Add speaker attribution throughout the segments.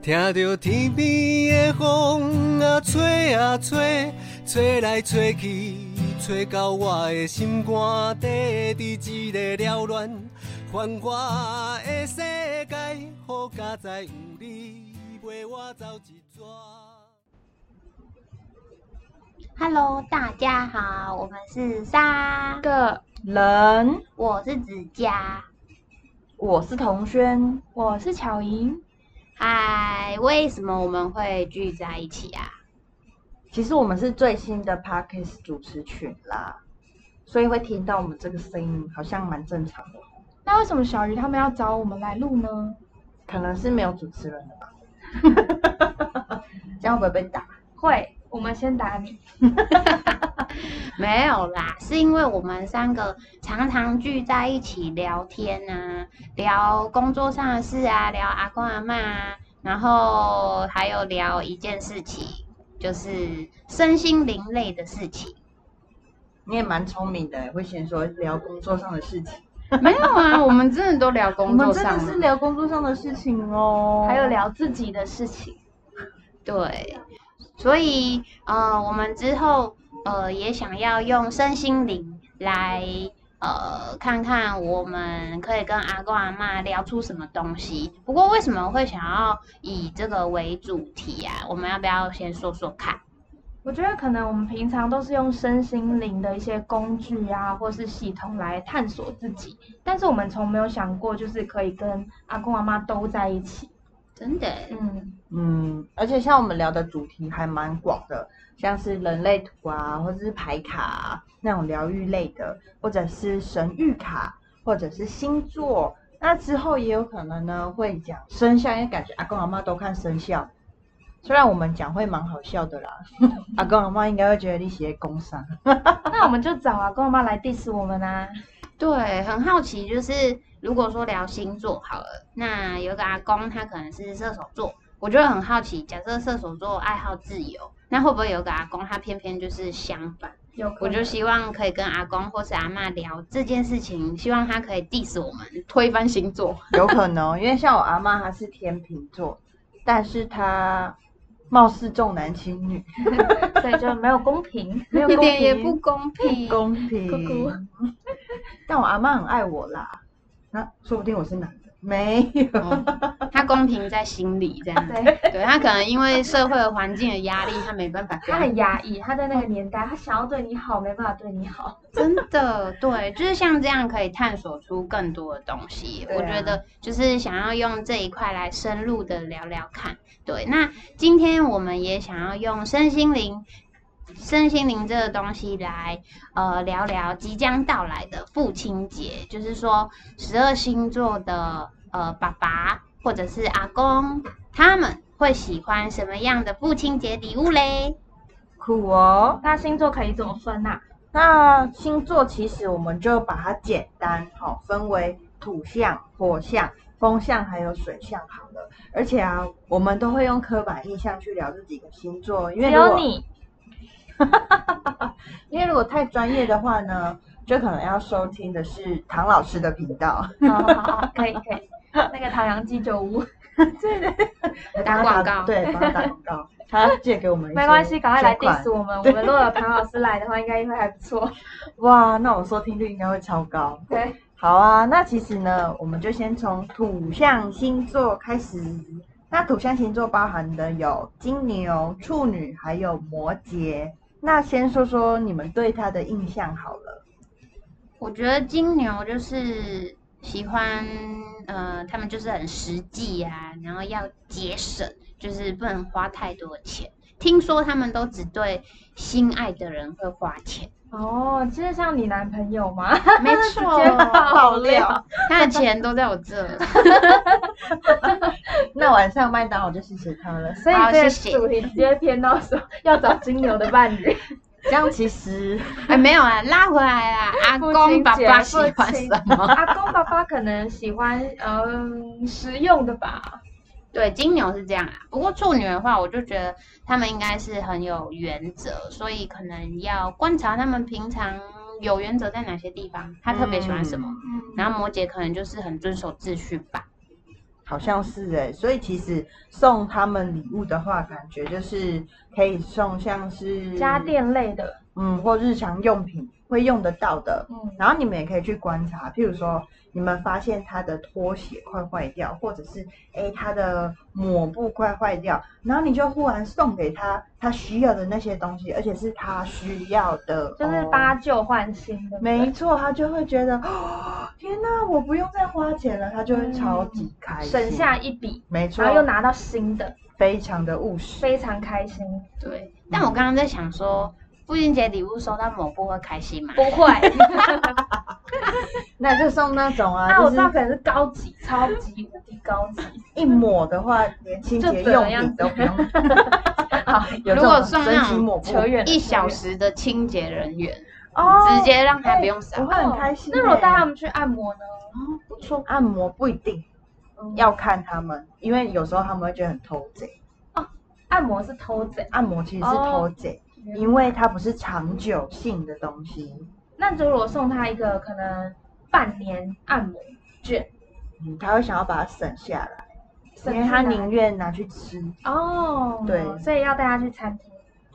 Speaker 1: 听着天边的风啊吹啊吹，吹来吹去，吹到我的心肝底，伫一个缭乱繁华的世界，好佳哉有你陪我走一逝。
Speaker 2: Hello，大家好，我们是三
Speaker 3: 个人，
Speaker 2: 我是子佳，
Speaker 3: 我是童轩，我是巧莹。
Speaker 2: 嗨，为什么我们会聚在一起啊？
Speaker 3: 其实我们是最新的 Parkes 主持群啦，所以会听到我们这个声音，好像蛮正常的。
Speaker 4: 那为什么小鱼他们要找我们来录呢？
Speaker 3: 可能是没有主持人了吧？ 这样会不会被打？
Speaker 4: 会，我们先打你。
Speaker 2: 没有啦，是因为我们三个常常聚在一起聊天啊，聊工作上的事啊，聊阿公阿嬷啊，然后还有聊一件事情，就是身心灵类的事情。
Speaker 3: 你也蛮聪明的，会先说聊工作上的事情。
Speaker 2: 没有啊，我们真的都聊工作上
Speaker 3: 我们真的是聊工作上的事情哦，
Speaker 4: 还有聊自己的事情。
Speaker 2: 对，所以呃，我们之后呃也想要用身心灵来呃看看我们可以跟阿公阿妈聊出什么东西。不过为什么会想要以这个为主题啊？我们要不要先说说看？
Speaker 4: 我觉得可能我们平常都是用身心灵的一些工具啊，或是系统来探索自己，但是我们从没有想过，就是可以跟阿公阿妈都在一起。
Speaker 2: 真的，
Speaker 4: 嗯，
Speaker 3: 嗯，而且像我们聊的主题还蛮广的，像是人类图啊，或者是牌卡、啊、那种疗愈类的，或者是神谕卡，或者是星座。那之后也有可能呢会讲生肖，因为感觉阿公阿妈都看生肖，虽然我们讲会蛮好笑的啦， 阿公阿妈应该会觉得你写工伤。
Speaker 4: 那我们就找阿公阿妈来 diss 我们啊。
Speaker 2: 对，很好奇，就是如果说聊星座好了，那有个阿公他可能是射手座，我就会很好奇，假设射手座爱好自由，那会不会有个阿公他偏偏就是相反？
Speaker 4: 有可
Speaker 2: 我
Speaker 4: 能
Speaker 2: 就希望可以跟阿公或是阿嬷聊这件事情，希望他可以 diss 我们，推翻星座。
Speaker 3: 有可能哦，因为像我阿妈她是天秤座，但是她貌似重男轻女，
Speaker 4: 所以就没有公平。
Speaker 3: 没有
Speaker 2: 一
Speaker 3: 公
Speaker 2: 点也
Speaker 3: 平
Speaker 2: 不公平。
Speaker 3: 公平。
Speaker 4: 咕
Speaker 3: 但我阿妈很爱我啦，那说不定我是男的。没有，
Speaker 2: 哦他公平在心里这样子，
Speaker 4: 对，
Speaker 2: 啊对他可能因为社会环境的压力，他没办法跟
Speaker 4: 他很压抑，他在那个年代，他想要对你好，没办法对你好。
Speaker 2: 真的，对，就是像这样可以探索出更多的东西。
Speaker 3: 对啊
Speaker 2: 我觉得就是想要用这一块来深入的聊聊看。对，那今天我们也想要用身心灵、身心灵这个东西来呃聊聊即将到来的父亲节，就是说十二星座的呃爸爸或者是阿公，他们会喜欢什么样的父亲节礼物嘞？
Speaker 3: 苦哦。
Speaker 4: 那星座可以怎么分啊？
Speaker 3: 那星座其实我们就把它简单好、分为土象、火象、风象还有水象好了。而且啊，我们都会用刻板印象去聊这几个星座，因为
Speaker 4: 只
Speaker 3: 如
Speaker 4: 有
Speaker 3: 果
Speaker 4: 你，
Speaker 3: 因为如果太专业的话呢，就可能要收听的是唐老师的频道。
Speaker 4: 好好好，可以可以。那个唐扬鸡酒屋，
Speaker 2: 打广告
Speaker 3: 对，帮他打广 告，他借给我们一些
Speaker 4: 没关系，赶快来
Speaker 3: 捐款
Speaker 4: diss 我们。我们如果有唐老师来的话，应该会还不 错。
Speaker 3: 哇，那我收听率应该会超高。
Speaker 4: 对，
Speaker 3: 好啊，那其实呢，我们就先从土象星座开始。那土象星座包含的有金牛、处女，还有摩羯。那先说说你们对他的印象好 了。
Speaker 2: 我觉得金牛就是喜欢，呃，他们就是很实际啊，然后要节省，就是不能花太多的钱。听说他们都只对心爱的人会花 钱，
Speaker 4: 哦，其实像你男朋友哦嘛，
Speaker 2: 没错，
Speaker 3: 爆料，
Speaker 2: 他的钱都在我这。
Speaker 3: 那晚上麦当劳就谢谢他了。
Speaker 4: 所以
Speaker 2: 好
Speaker 4: 这个
Speaker 2: 谢谢
Speaker 4: 主题直接偏到说要找金牛的伴 侣。
Speaker 3: 这样其实
Speaker 2: 哎，没有啊，拉回来啦。阿
Speaker 4: 父
Speaker 2: 公
Speaker 4: 亲
Speaker 2: 爸
Speaker 4: 节
Speaker 2: 爸喜
Speaker 4: 父
Speaker 2: 欢
Speaker 4: 亲
Speaker 2: 什么？
Speaker 4: 阿公爸爸可能喜欢嗯实用的吧，
Speaker 2: 对，金牛是这样啊。不过处女的话，我就觉得他们应该是很有原则，所以可能要观察他们平常有原则在哪些地方，他特别喜欢什么。
Speaker 3: 嗯
Speaker 2: 然后摩羯可能就是很遵守秩序吧。
Speaker 3: 好像是哎、所以其实送他们礼物的话，感觉就是可以送像是
Speaker 4: 家，电类的，
Speaker 3: 嗯，或日常用品会用得到的，
Speaker 4: 嗯，
Speaker 3: 然后你们也可以去观察，譬如说，你们发现他的拖鞋快坏掉，或者是诶他的抹布快坏掉，然后你就忽然送给他他需要的那些东西，而且是他需要的，
Speaker 4: 就是
Speaker 3: 哦
Speaker 4: 八旧换新的，
Speaker 3: 没错，他就会觉得，哦，天哪，我不用再花钱了，他就会超级开心，
Speaker 4: 嗯省下，一笔，
Speaker 3: 没错，
Speaker 4: 然后又拿到新的，
Speaker 3: 非常的务实，
Speaker 4: 非常开心。
Speaker 2: 对，但我刚刚在想说，父亲节礼物收到抹布会开心吗？
Speaker 4: 不会，
Speaker 3: 那就送那种啊，
Speaker 4: 那我
Speaker 3: 就
Speaker 4: 知道
Speaker 3: 是
Speaker 4: 可能是高级，超级无敌高级。
Speaker 3: 一抹的话，连清洁
Speaker 4: 就这
Speaker 3: 用
Speaker 4: 样
Speaker 3: 品
Speaker 4: 子
Speaker 3: 都不 用，
Speaker 4: 好，
Speaker 3: 有这
Speaker 2: 如果
Speaker 3: 种
Speaker 2: 送
Speaker 3: 神
Speaker 2: 那
Speaker 3: 奇
Speaker 2: 种
Speaker 3: 抹布，
Speaker 4: 扯远了
Speaker 2: 一小时的清洁人员，
Speaker 4: 哦，
Speaker 2: 直接让他不用
Speaker 3: 我
Speaker 2: 扫
Speaker 3: 会。很开心欸、
Speaker 4: 那如果带他们去按摩呢？
Speaker 2: 不错，
Speaker 3: 按摩不一定
Speaker 4: 嗯
Speaker 3: 要看他们，因为有时候他们会觉得很偷贼。
Speaker 4: 按摩是偷贼，
Speaker 3: 按摩其实是
Speaker 4: 哦
Speaker 3: 偷贼，因为它不是长久性的东西。
Speaker 4: 那如果送他一个可能半年按摩券，
Speaker 3: 嗯，他会想要把它省下来，
Speaker 4: 省
Speaker 3: 因为他
Speaker 4: 下来
Speaker 3: 宁愿拿去吃，
Speaker 4: 哦，
Speaker 3: 对
Speaker 4: 所以要带他去餐厅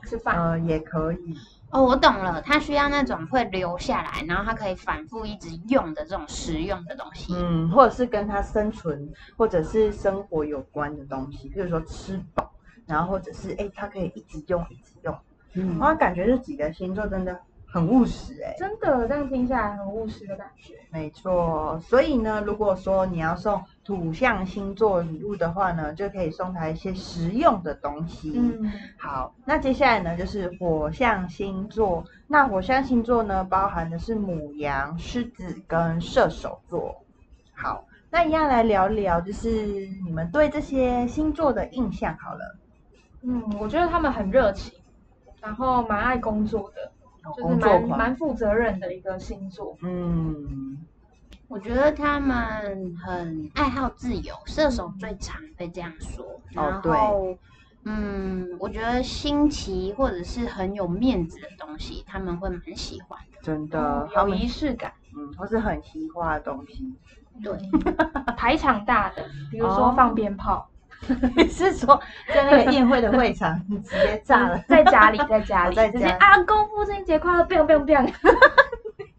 Speaker 4: 吃饭。
Speaker 3: 呃，也可以。
Speaker 2: 哦，我懂了，他需要那种会留下来，然后他可以反复一直用的这种实用的东西。
Speaker 3: 嗯，或者是跟他生存或者是生活有关的东西，比如说吃饱，然后或者是哎、他可以一直用一直用。
Speaker 2: 嗯
Speaker 3: 我感觉这几个星座真的很务实哎、
Speaker 4: 真的，这样听下来很务实的感觉。
Speaker 3: 没错，所以呢，如果说你要送土象星座礼物的话呢，就可以送他一些实用的东西。，
Speaker 4: 嗯，
Speaker 3: 好，那接下来呢就是火象星座。那火象星座呢，包含的是母羊、狮子跟射手座。好，那一样来聊聊，就是你们对这些星座的印象好了。
Speaker 4: 嗯，我觉得他们很热情，然后蛮爱工作的，就是
Speaker 3: 工作
Speaker 4: 蛮
Speaker 3: 狂，
Speaker 4: 蛮负责任的一个星座。
Speaker 3: 嗯，
Speaker 2: 我觉得他们很爱好自由，射手最常被这样说。
Speaker 3: 哦
Speaker 2: 然后，嗯，我觉得新奇或者是很有面子的东西，他们会蛮喜欢的。
Speaker 3: 真的，啊他
Speaker 4: 有
Speaker 3: 们
Speaker 4: 仪式感，
Speaker 3: 嗯，都是很奇花的东西。
Speaker 4: 对，排场大的，比如说
Speaker 3: 哦
Speaker 4: 放鞭炮，
Speaker 3: 你是说在那个宴会的会场，你直接炸了？
Speaker 4: 在家里，在家 里，
Speaker 3: 在
Speaker 4: 直
Speaker 3: 家
Speaker 4: 接啊阿公父亲节快乐，biang biang biang，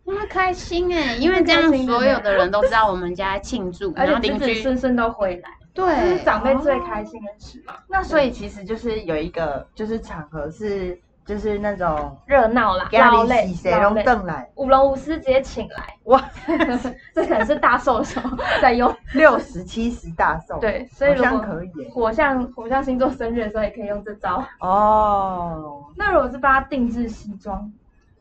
Speaker 2: 哇，开心哎、因为这样所有的人都知道我们家在庆 祝，
Speaker 4: 而
Speaker 2: 然后
Speaker 4: 且
Speaker 2: 邻
Speaker 4: 子子
Speaker 2: 居
Speaker 4: 孙孙都回来，这
Speaker 2: 对
Speaker 4: 是长辈最开心的事嘛，
Speaker 3: 那所以其实就是有一个就是场合是就是那种
Speaker 4: 热闹啦，
Speaker 3: 压
Speaker 4: 劳
Speaker 3: 力
Speaker 4: 累
Speaker 3: 洗谁
Speaker 4: 劳
Speaker 3: 拢
Speaker 4: 累，
Speaker 3: 邓来
Speaker 4: 舞龙舞狮直接请来，
Speaker 3: 哇，
Speaker 4: 这可能是大寿的时候在用。
Speaker 3: 六十七十大寿，，
Speaker 4: 对，所以
Speaker 3: 好
Speaker 4: 如
Speaker 3: 像
Speaker 4: 果
Speaker 3: 可以耶
Speaker 4: 火象火象星座生日的时候，也可以用这招。
Speaker 3: 哦，
Speaker 4: 那如果是帮他定制西装，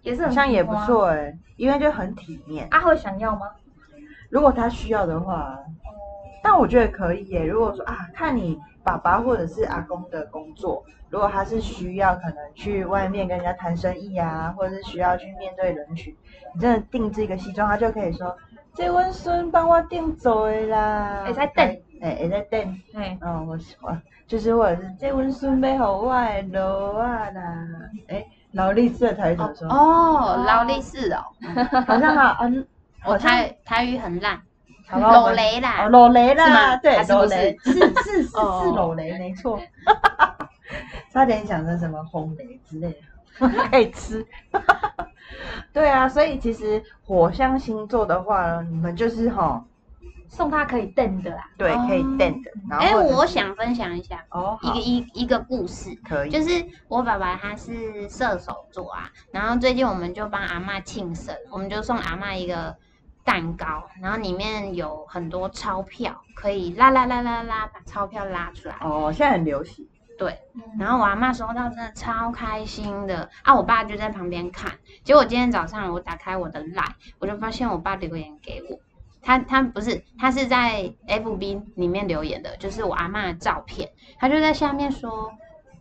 Speaker 4: 也是
Speaker 3: 好
Speaker 4: 很
Speaker 3: 像也
Speaker 4: 酷
Speaker 3: 不
Speaker 4: 啊。
Speaker 3: 错哎，因为就很体面。
Speaker 4: 阿、慧想要吗？
Speaker 3: 如果他需要的话，但我觉得可以耶。如果说啊，看你爸爸或者是阿公的工作，如果他是需要可能去外面跟人家谈生意啊，或者是需要去面对人群，你真的定制一个西装，他就可以说：“这温孙帮我订做的啦。”
Speaker 4: 会使订，
Speaker 3: 哎，会在等。
Speaker 4: 哎、
Speaker 3: 嗯，我喜欢，就是或者是这温孙要好我的楼啊啦。哎，劳力士的台语怎么说？
Speaker 2: 哦，劳力士哦，
Speaker 3: 好像好，嗯，
Speaker 2: 我
Speaker 3: 好像
Speaker 2: 台台语很烂，
Speaker 3: 好吧我
Speaker 2: 老
Speaker 3: 们
Speaker 2: 雷
Speaker 3: 哦，
Speaker 2: 啦，
Speaker 3: 裸雷
Speaker 2: 是
Speaker 3: 啦，
Speaker 2: 吗
Speaker 3: 对，
Speaker 2: 还是不
Speaker 3: 裸
Speaker 2: 是
Speaker 3: 雷是是是是
Speaker 2: 哦
Speaker 3: 裸雷，没错。 差点讲成什么红雷之类的，可以吃。 对啊，所以其实火象星座的话呢，你们就是哈，
Speaker 4: 送他可以订的啦。
Speaker 3: 对，
Speaker 2: 哦
Speaker 3: 可以垫的。然后
Speaker 2: 哎，
Speaker 3: 或者是
Speaker 2: 我想分享一下
Speaker 3: 哦，
Speaker 2: 一
Speaker 3: 好
Speaker 2: 个，一一个故事。
Speaker 3: 可以，
Speaker 2: 就是我爸爸他是射手座啊，然后最近我们就帮阿嬷庆生，我们就送阿嬷一个蛋糕，然后里面有很多钞票，可以拉拉拉拉拉把钞票拉出来。
Speaker 3: 哦，现在很流行，嗯
Speaker 2: 然后我阿嬷收到真的超开心的啊，我爸就在旁边看。结果今天早上我打开我的 line，我就发现我爸留言给我，他他不是他是在 FB 里面留言的，就是我阿嬷的照片，他就在下面说。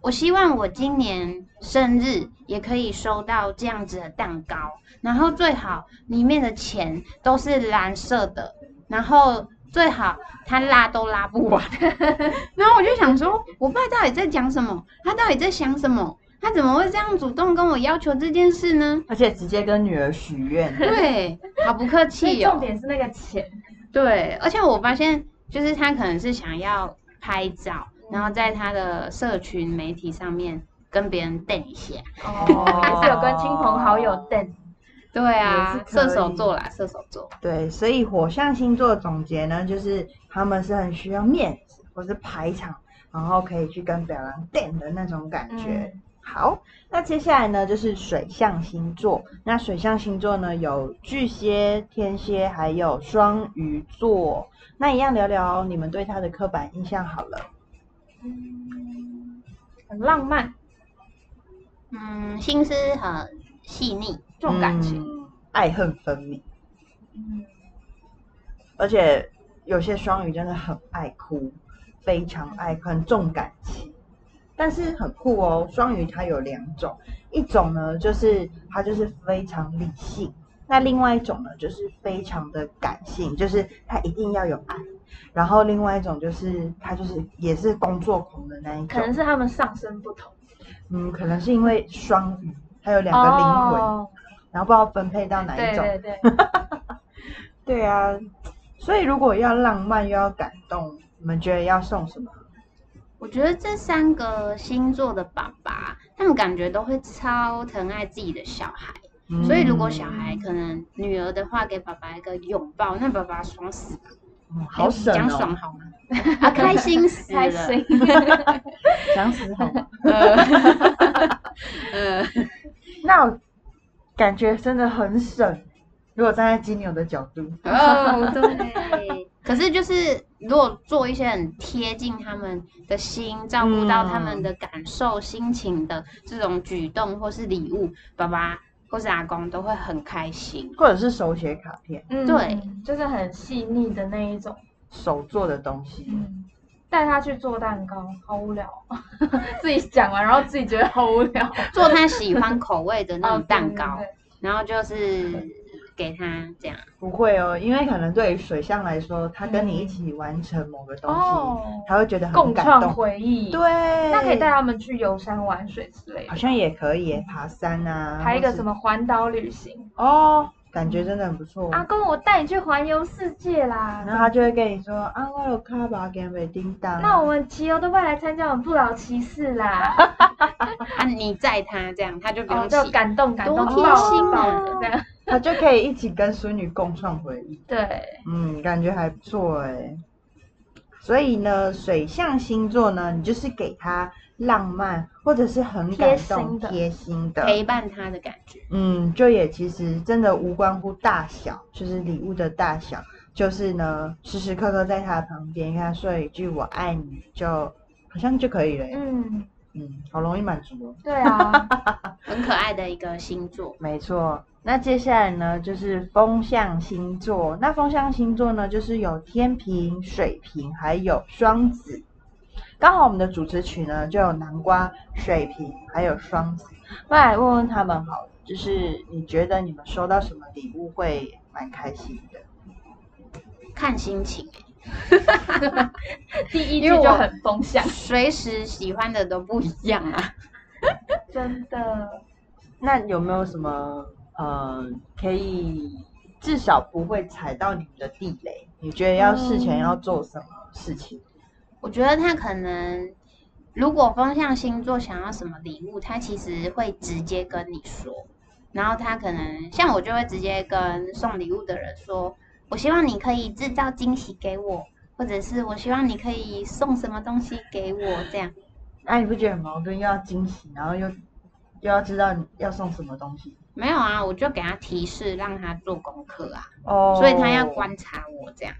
Speaker 2: 我希望我今年生日也可以收到这样子的蛋糕，然后最好里面的钱都是蓝色的，然后最好他拉都拉不完。然后我就想说，我爸到底在讲什么？他到底在想什么？他怎么会这样主动跟我要求这件事呢？，
Speaker 3: 而且直接跟女儿许愿
Speaker 2: 对，好不客
Speaker 4: 所以
Speaker 2: 气
Speaker 4: 重
Speaker 2: 哦。
Speaker 4: 点是那个钱，
Speaker 2: 对，而且我发现就是他可能是想要拍照，然后在他的社群媒体上面跟别人瞪一下。
Speaker 4: 哦，还是有跟亲朋好友
Speaker 3: 哦
Speaker 4: 瞪。
Speaker 2: 对啊
Speaker 3: 也，是可以
Speaker 2: 射手座啦，射手座。
Speaker 3: 对，所以火象星座的总结呢，就是他们是很需要面子或是排场，然后可以去跟别人垫的那种感觉。好，那接下来呢就是水象星座。那水象星座呢有巨蟹、天蝎，还有双鱼座。那一样聊聊你们对他的刻板印象好了。
Speaker 4: 很浪漫
Speaker 2: 嗯，心思很细腻，
Speaker 4: 这种感情。
Speaker 3: 嗯爱恨分明，
Speaker 4: 嗯，
Speaker 3: 而且有些双鱼真的很爱哭，非常爱哭，很重感情。但是很酷哦，双鱼它有两种，一种呢就是它就是非常理性，那另外一种呢就是非常的感性，就是它一定要有爱。然后另外一种就是它就是也是工作狂的那一
Speaker 4: 可能
Speaker 3: 种，
Speaker 4: 是他们上升不同，
Speaker 3: 嗯，可能是因为双鱼它有两个灵魂，
Speaker 4: 哦
Speaker 3: 然后不知道分配到哪一
Speaker 4: 对
Speaker 3: 种。
Speaker 4: 对 对，
Speaker 3: 对啊，所以如果要浪漫又要感动，你们觉得要送什么？
Speaker 2: 我觉得这三个星座的爸爸，他们感觉都会超疼爱自己的小孩，
Speaker 4: 嗯
Speaker 2: 所以如
Speaker 3: 嗯
Speaker 2: 果小孩可能女儿的话，给爸爸一个拥抱，那爸爸爽死了。
Speaker 3: 嗯好省
Speaker 2: 讲
Speaker 3: 哦
Speaker 2: 爽，好吗？啊，开 心死了，
Speaker 4: 开心。
Speaker 3: 想死好吗？
Speaker 2: 呃，
Speaker 3: 那我感觉真的很省。如果站在金牛的角度，
Speaker 2: 哦，对。可是就是如果做一些很贴近他们的心，照顾到他们的感受、心情的这种举动或是礼物，爸爸或是阿公都会很开心。
Speaker 3: 或者是手写卡片、
Speaker 4: 嗯
Speaker 2: 对，
Speaker 4: 就是很细腻的那一种。
Speaker 3: 手做的东西，
Speaker 4: 嗯，带他去做蛋糕，好无聊 哦，自己讲完，然后自己觉得好无聊。
Speaker 2: 做他喜欢口味的那
Speaker 4: 哦，
Speaker 2: 种蛋糕，
Speaker 4: 对对对
Speaker 2: 然后就是给他这样。
Speaker 3: 不会哦，因为可能对于水象来说，他跟你一起完成某个东西，
Speaker 4: 哦，
Speaker 3: 他会觉得很
Speaker 4: 共
Speaker 3: 感
Speaker 4: 创
Speaker 3: 动。
Speaker 4: 回忆。
Speaker 3: 对，，
Speaker 4: 那可以带他们去游山玩水之类
Speaker 3: 好
Speaker 4: 的，
Speaker 3: 像也可以耶爬山啊，
Speaker 4: 还有一个
Speaker 3: 或是
Speaker 4: 什么环岛旅行。
Speaker 3: 哦，感觉真的很不错。
Speaker 4: 阿公，我带你去环游世界啦。
Speaker 3: 然后他就会跟你说啊，我有卡把给没叮当。
Speaker 4: 那我们骑游的未来参加我们不老骑士啦，
Speaker 2: 啊，你载他这样，他就不
Speaker 4: 哦，
Speaker 2: 用
Speaker 4: 就
Speaker 2: 洗。
Speaker 4: 感动感动，
Speaker 2: 多贴
Speaker 4: 抱
Speaker 2: 心
Speaker 4: 着
Speaker 2: 啊
Speaker 4: 抱着这样。
Speaker 3: 他就可以一起跟孙女共创回忆，
Speaker 4: 对，
Speaker 3: 嗯，感觉还不错哎。所以呢，水象星座呢，你就是给他浪漫或者是很感动、
Speaker 4: 贴心的
Speaker 3: 贴心的，
Speaker 2: 陪伴他的感觉，
Speaker 3: 嗯，就也其实真的无关乎大小，就是礼物的大小，就是呢，时时刻刻在他的旁边，跟他说一句“我爱你”，就好像就可以了耶。欸
Speaker 4: 嗯，
Speaker 3: 嗯，好容易满足哦。
Speaker 4: 对啊，
Speaker 2: 很可爱的一个星座。
Speaker 3: 没错，那接下来呢就是风象星座。那风象星座呢，就是有天平、水瓶，还有双子。刚好我们的主持曲呢就有南瓜、水瓶，还有双子。那来问问他们好了，就是你觉得你们收到什么礼物会蛮开心的？
Speaker 2: 看心情、
Speaker 4: 第一句
Speaker 2: 因为我
Speaker 4: 就很风向
Speaker 2: 欸，，随时喜欢的都不一样啊。
Speaker 4: 真的。
Speaker 3: 那有没有什么呃可以至少不会踩到你们的地雷？你觉得要事前要做什么事情？
Speaker 2: 我觉得他可能，如果风象星座想要什么礼物，他其实会直接跟你说。然后他可能像我，就会直接跟送礼物的人说，我希望你可以制造惊喜给我，或者是我希望你可以送什么东西给我，这样。
Speaker 3: 那、你不觉得很矛盾？又要惊喜，然后又又要知道你要送什么东西
Speaker 2: 没有啊，我就给他提示，让他做功课啊，
Speaker 3: 哦
Speaker 2: 所以他要观察我这样。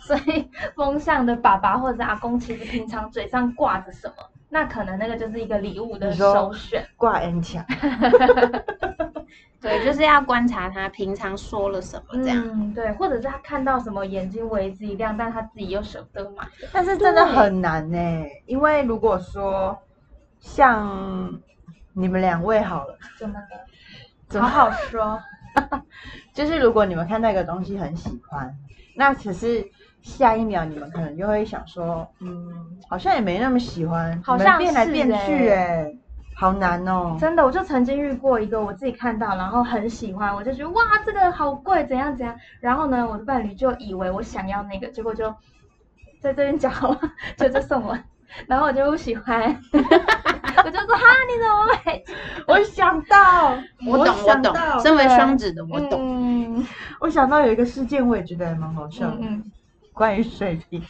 Speaker 4: 所以风向的爸爸或者阿公，其实平常嘴上挂着什么，那可能那个就是一个礼物的
Speaker 3: 你说
Speaker 4: 首选。
Speaker 3: 挂 N 墙，
Speaker 2: 对，就是要观察他平常说了什么这样。
Speaker 4: 嗯，对，或者是他看到什么眼睛为之一亮，但他自己又舍不得买。
Speaker 3: 但是真的很难呢、因为如果说像你们两位好了，
Speaker 4: 怎么了？
Speaker 3: 怎么好说？ 就是如果你们看到一个东西很喜欢，那可是下一秒你们可能就会想说，嗯，好像也没那么喜欢，
Speaker 4: 好
Speaker 3: 你们
Speaker 4: 像
Speaker 3: 变来
Speaker 4: 是
Speaker 3: 变去、
Speaker 4: 欸
Speaker 3: 哎，好难哦。
Speaker 4: 真的，我就曾经遇过一个我自己看到，然后很喜欢，我就觉得哇，这个好贵，怎样怎样。然后呢，我的伴侣就以为我想要那个，结果就在这边讲好了，就就送我，然后我就不喜欢，我就说哈，你怎么买？
Speaker 3: 我想到，
Speaker 4: 嗯
Speaker 2: 我懂，我
Speaker 3: 想
Speaker 2: 懂
Speaker 3: 到。
Speaker 2: 身为
Speaker 4: 对
Speaker 2: 双子的我懂，
Speaker 4: 嗯
Speaker 3: 我想到有一个事件，我也觉得还蛮好笑的，
Speaker 4: 嗯嗯，
Speaker 3: 关于水瓶，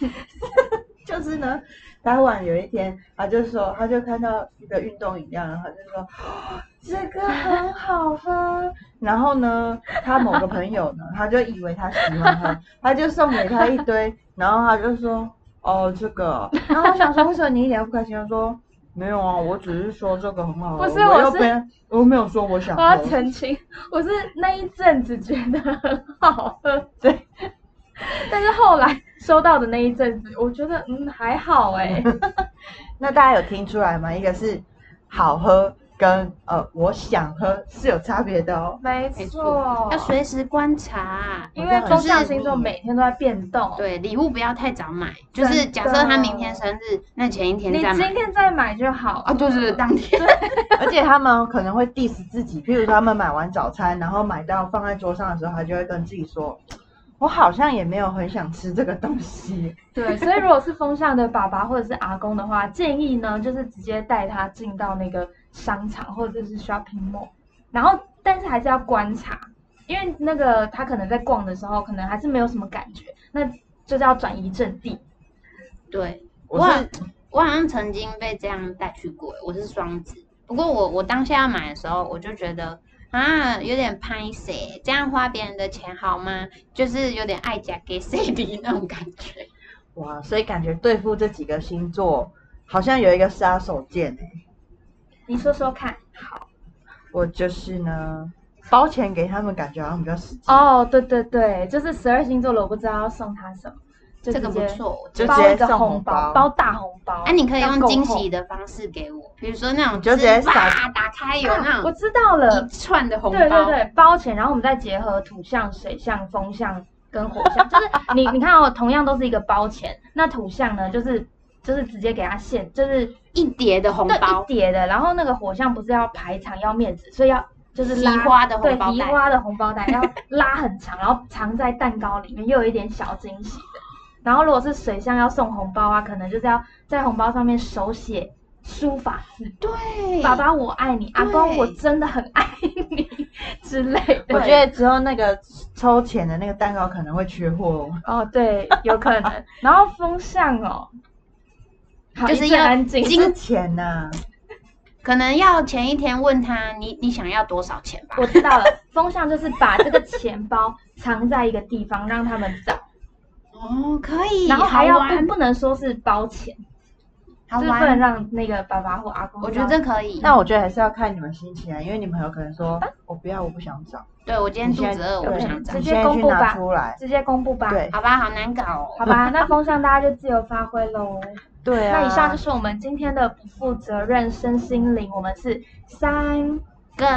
Speaker 3: 就是呢，当晚有一天，他就说，他就看到一个运动饮料，然后他就说，哦这个很好喝。 然后呢，他某个朋友呢，他就以为他喜欢喝，他就送给他一堆，然后他就说，哦，这个哦。然后我想说，为什么你一点不开心？他说。没有啊，我只是说这个很好喝，
Speaker 4: 不是
Speaker 3: 我又
Speaker 4: 我是
Speaker 3: 没，我又没有说我想
Speaker 4: 我
Speaker 3: 喝。
Speaker 4: 要澄清，我是那一阵子觉得很好喝，
Speaker 3: 对，
Speaker 4: 但是后来收到的那一阵子，我觉得嗯还好哎、
Speaker 3: 那大家有听出来吗？一个是好喝跟呃我想喝是有差别的哦。
Speaker 4: 没
Speaker 2: 没
Speaker 4: 错，
Speaker 2: 要随时观察。
Speaker 4: 因为
Speaker 3: 好像
Speaker 4: 风
Speaker 3: 很
Speaker 4: 象
Speaker 2: 细
Speaker 4: 星座
Speaker 3: 腻
Speaker 4: 每天都在变动，
Speaker 2: 对，礼物不要太早买，就是
Speaker 4: 真
Speaker 2: 假设他
Speaker 4: 的
Speaker 2: 明天生日，那前一天
Speaker 4: 你
Speaker 2: 再
Speaker 4: 今
Speaker 2: 买。
Speaker 4: 天再买就好
Speaker 2: 啊，对对对，当天。
Speaker 3: 而且他们可能会 diss 自己，譬如说他们买完早餐，然后买到放在桌上的时候，他就会跟自己说：“我好像也没有很想吃这个东西。
Speaker 4: 对，所以如果是风象的爸爸或者是阿公的话，建议呢就是直接带他进到那个商场或者是 shopping mall，然后但是还是要观察，因为那个他可能在逛的时候，可能还是没有什么感觉，那就是要转移阵地。
Speaker 2: 对，”
Speaker 3: 我是
Speaker 2: 我好像曾经被这样带去过，我是双子。不过我我当下要买的时候，我就觉得啊，有点拍谁，这样花别人的钱好吗？就是有点爱嫁给谁的那种感觉。
Speaker 3: 哇，所以感觉对付这几个星座，好像有一个杀手锏欸。
Speaker 4: 你说说看。
Speaker 3: 我就是呢，包钱给他们，感觉好像比较实际。
Speaker 4: 哦，对对对，就是十二星座的，我不知道要送他什么，就
Speaker 2: 这个
Speaker 4: 直
Speaker 2: 不
Speaker 4: 接
Speaker 2: 错，我觉
Speaker 3: 就
Speaker 2: 得。
Speaker 4: 包
Speaker 3: 直接
Speaker 4: 一个
Speaker 3: 送红
Speaker 4: 红
Speaker 3: 包
Speaker 4: 包，包大红包。
Speaker 2: 啊，你可以
Speaker 4: 要
Speaker 2: 用
Speaker 4: 够
Speaker 2: 惊
Speaker 4: 厚
Speaker 2: 喜的方式给我，比如说那种
Speaker 3: 就直接
Speaker 2: 是
Speaker 3: 撒
Speaker 2: 啪打开有那
Speaker 4: 啊我
Speaker 2: 种
Speaker 4: 知道了，
Speaker 2: 一串的红包，
Speaker 4: 对对对，包钱，然后我们再结合土象、水象、风象跟火象，就是你你看哦，同样都是一个包钱，那土象呢，就是就是直接给它现，就是
Speaker 2: 一叠的红
Speaker 4: 对一
Speaker 2: 包，
Speaker 4: 叠的，然后那个火象不是要排场要面子，所以要就是
Speaker 2: 提
Speaker 4: 拉
Speaker 2: 花的红
Speaker 4: 对
Speaker 2: 包
Speaker 4: 提
Speaker 2: 袋
Speaker 4: 花的红包袋要拉很长，然后藏在蛋糕里面，又有一点小惊喜的。然后如果是水象要送红包啊，可能就是要在红包上面手写书法字，
Speaker 2: 对，
Speaker 4: 爸爸我爱你，阿公我真的很爱你 之类的。
Speaker 3: 我觉得之后那个抽钱的那个蛋糕可能会缺货哦。
Speaker 4: 哦，对，有可能。然后风向哦，好
Speaker 2: 就是
Speaker 4: 一阵
Speaker 2: 要
Speaker 4: 安静。
Speaker 2: 金
Speaker 3: 是钱呐、
Speaker 2: 可能要前一天问他你你想要多少钱吧
Speaker 4: 我，知道了，风向就是把这个钱包藏在一个地方，让他们找，
Speaker 2: 哦，可以，
Speaker 4: 然后还
Speaker 2: 哎好
Speaker 4: 要
Speaker 2: 玩
Speaker 4: 不不能说是包钱，
Speaker 2: 好
Speaker 4: 就是不能
Speaker 2: 玩，
Speaker 4: 让那个爸爸或阿公。
Speaker 2: 我觉得这可以。
Speaker 3: 那我觉得还是要看你们心情啊，因为你们有可能说，我不要，我不想找，
Speaker 2: 对我今天肚子饿，
Speaker 3: 你现在
Speaker 2: 我不想长
Speaker 4: 找
Speaker 3: 对。你现
Speaker 4: 直接
Speaker 3: 在去
Speaker 4: 公布吧
Speaker 3: 拿出来。
Speaker 4: 直接公布吧。
Speaker 3: 对
Speaker 2: 好吧，好难搞哦。
Speaker 4: 好吧，那风向大家就自由发挥喽。
Speaker 3: 对啊。
Speaker 4: 那以上就是我们今天的不负责任身心灵，我们是三
Speaker 2: 更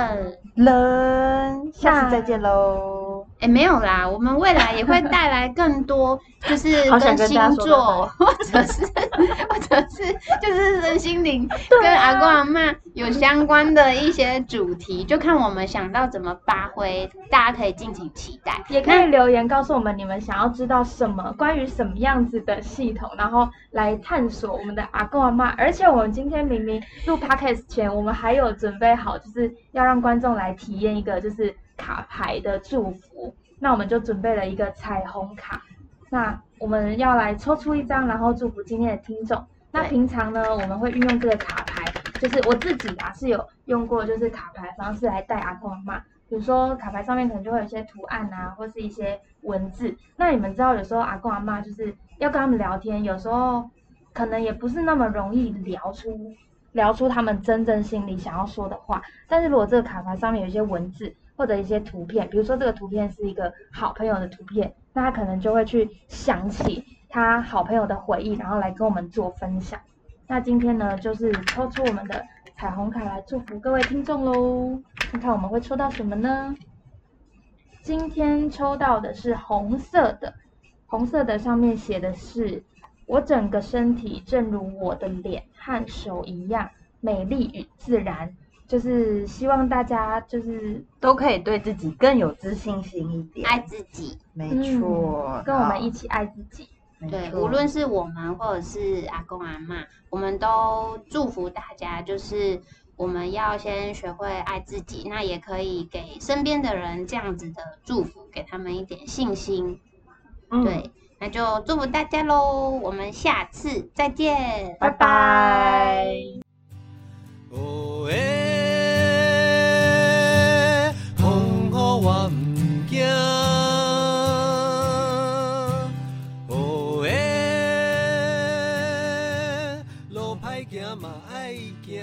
Speaker 3: 人，下次再见喽。
Speaker 2: 哎没有啦，我们未来也会带来更多， 就是
Speaker 3: 好想跟大家
Speaker 2: 星
Speaker 3: 说
Speaker 2: 座或者是 或者是就是身心灵跟
Speaker 3: 啊
Speaker 2: 阿公阿妈有相关的一些主题，就看我们想到怎么发挥，大家可以敬请期待。
Speaker 4: 也可以留言告诉我们你们想要知道什么，关于什么样子的系统，然后来探索我们的阿公阿妈。而且我们今天明明录 podcast 前，我们还有准备好，就是要让观众来体验一个就是卡牌的祝福。那我们就准备了一个彩虹卡，那我们要来抽出一张，然后祝福今天的听众。那
Speaker 2: 对
Speaker 4: 平常呢，我们会运用这个卡牌，就是我自己啊是有用过，就是卡牌方式来带阿公阿妈。比如说卡牌上面可能就会有一些图案啊，或是一些文字。那你们知道，有时候阿公阿妈就是要跟他们聊天，有时候可能也不是那么容易聊出聊出他们真正心里想要说的话。但是如果这个卡牌上面有一些文字或者一些图片，比如说这个图片是一个好朋友的图片，那他可能就会去想起他好朋友的回忆，然后来跟我们做分享。那今天呢，就是抽出我们的彩虹卡来祝福各位听众喽。看看我们会抽到什么呢？今天抽到的是红色的，红色的上面写的是：我整个身体正如我的脸和手一样，美丽与自然，就是希望大家就是
Speaker 3: 都可以对自己更有自信心一点。
Speaker 2: 爱自己。
Speaker 3: 没
Speaker 4: 嗯
Speaker 3: 错，
Speaker 4: 跟我们一起爱自己。
Speaker 3: 好
Speaker 2: 对，无论是我们或者是阿公阿妈，我们都祝福大家，就是我们要先学会爱自己，那也可以给身边的人这样子的祝福，给他们一点信心。
Speaker 3: 嗯
Speaker 2: 对，那就祝福大家喽，我们下次再见，
Speaker 3: 拜拜。
Speaker 1: 哦耶，风雨我毋惊。哦耶，路歹行嘛爱行。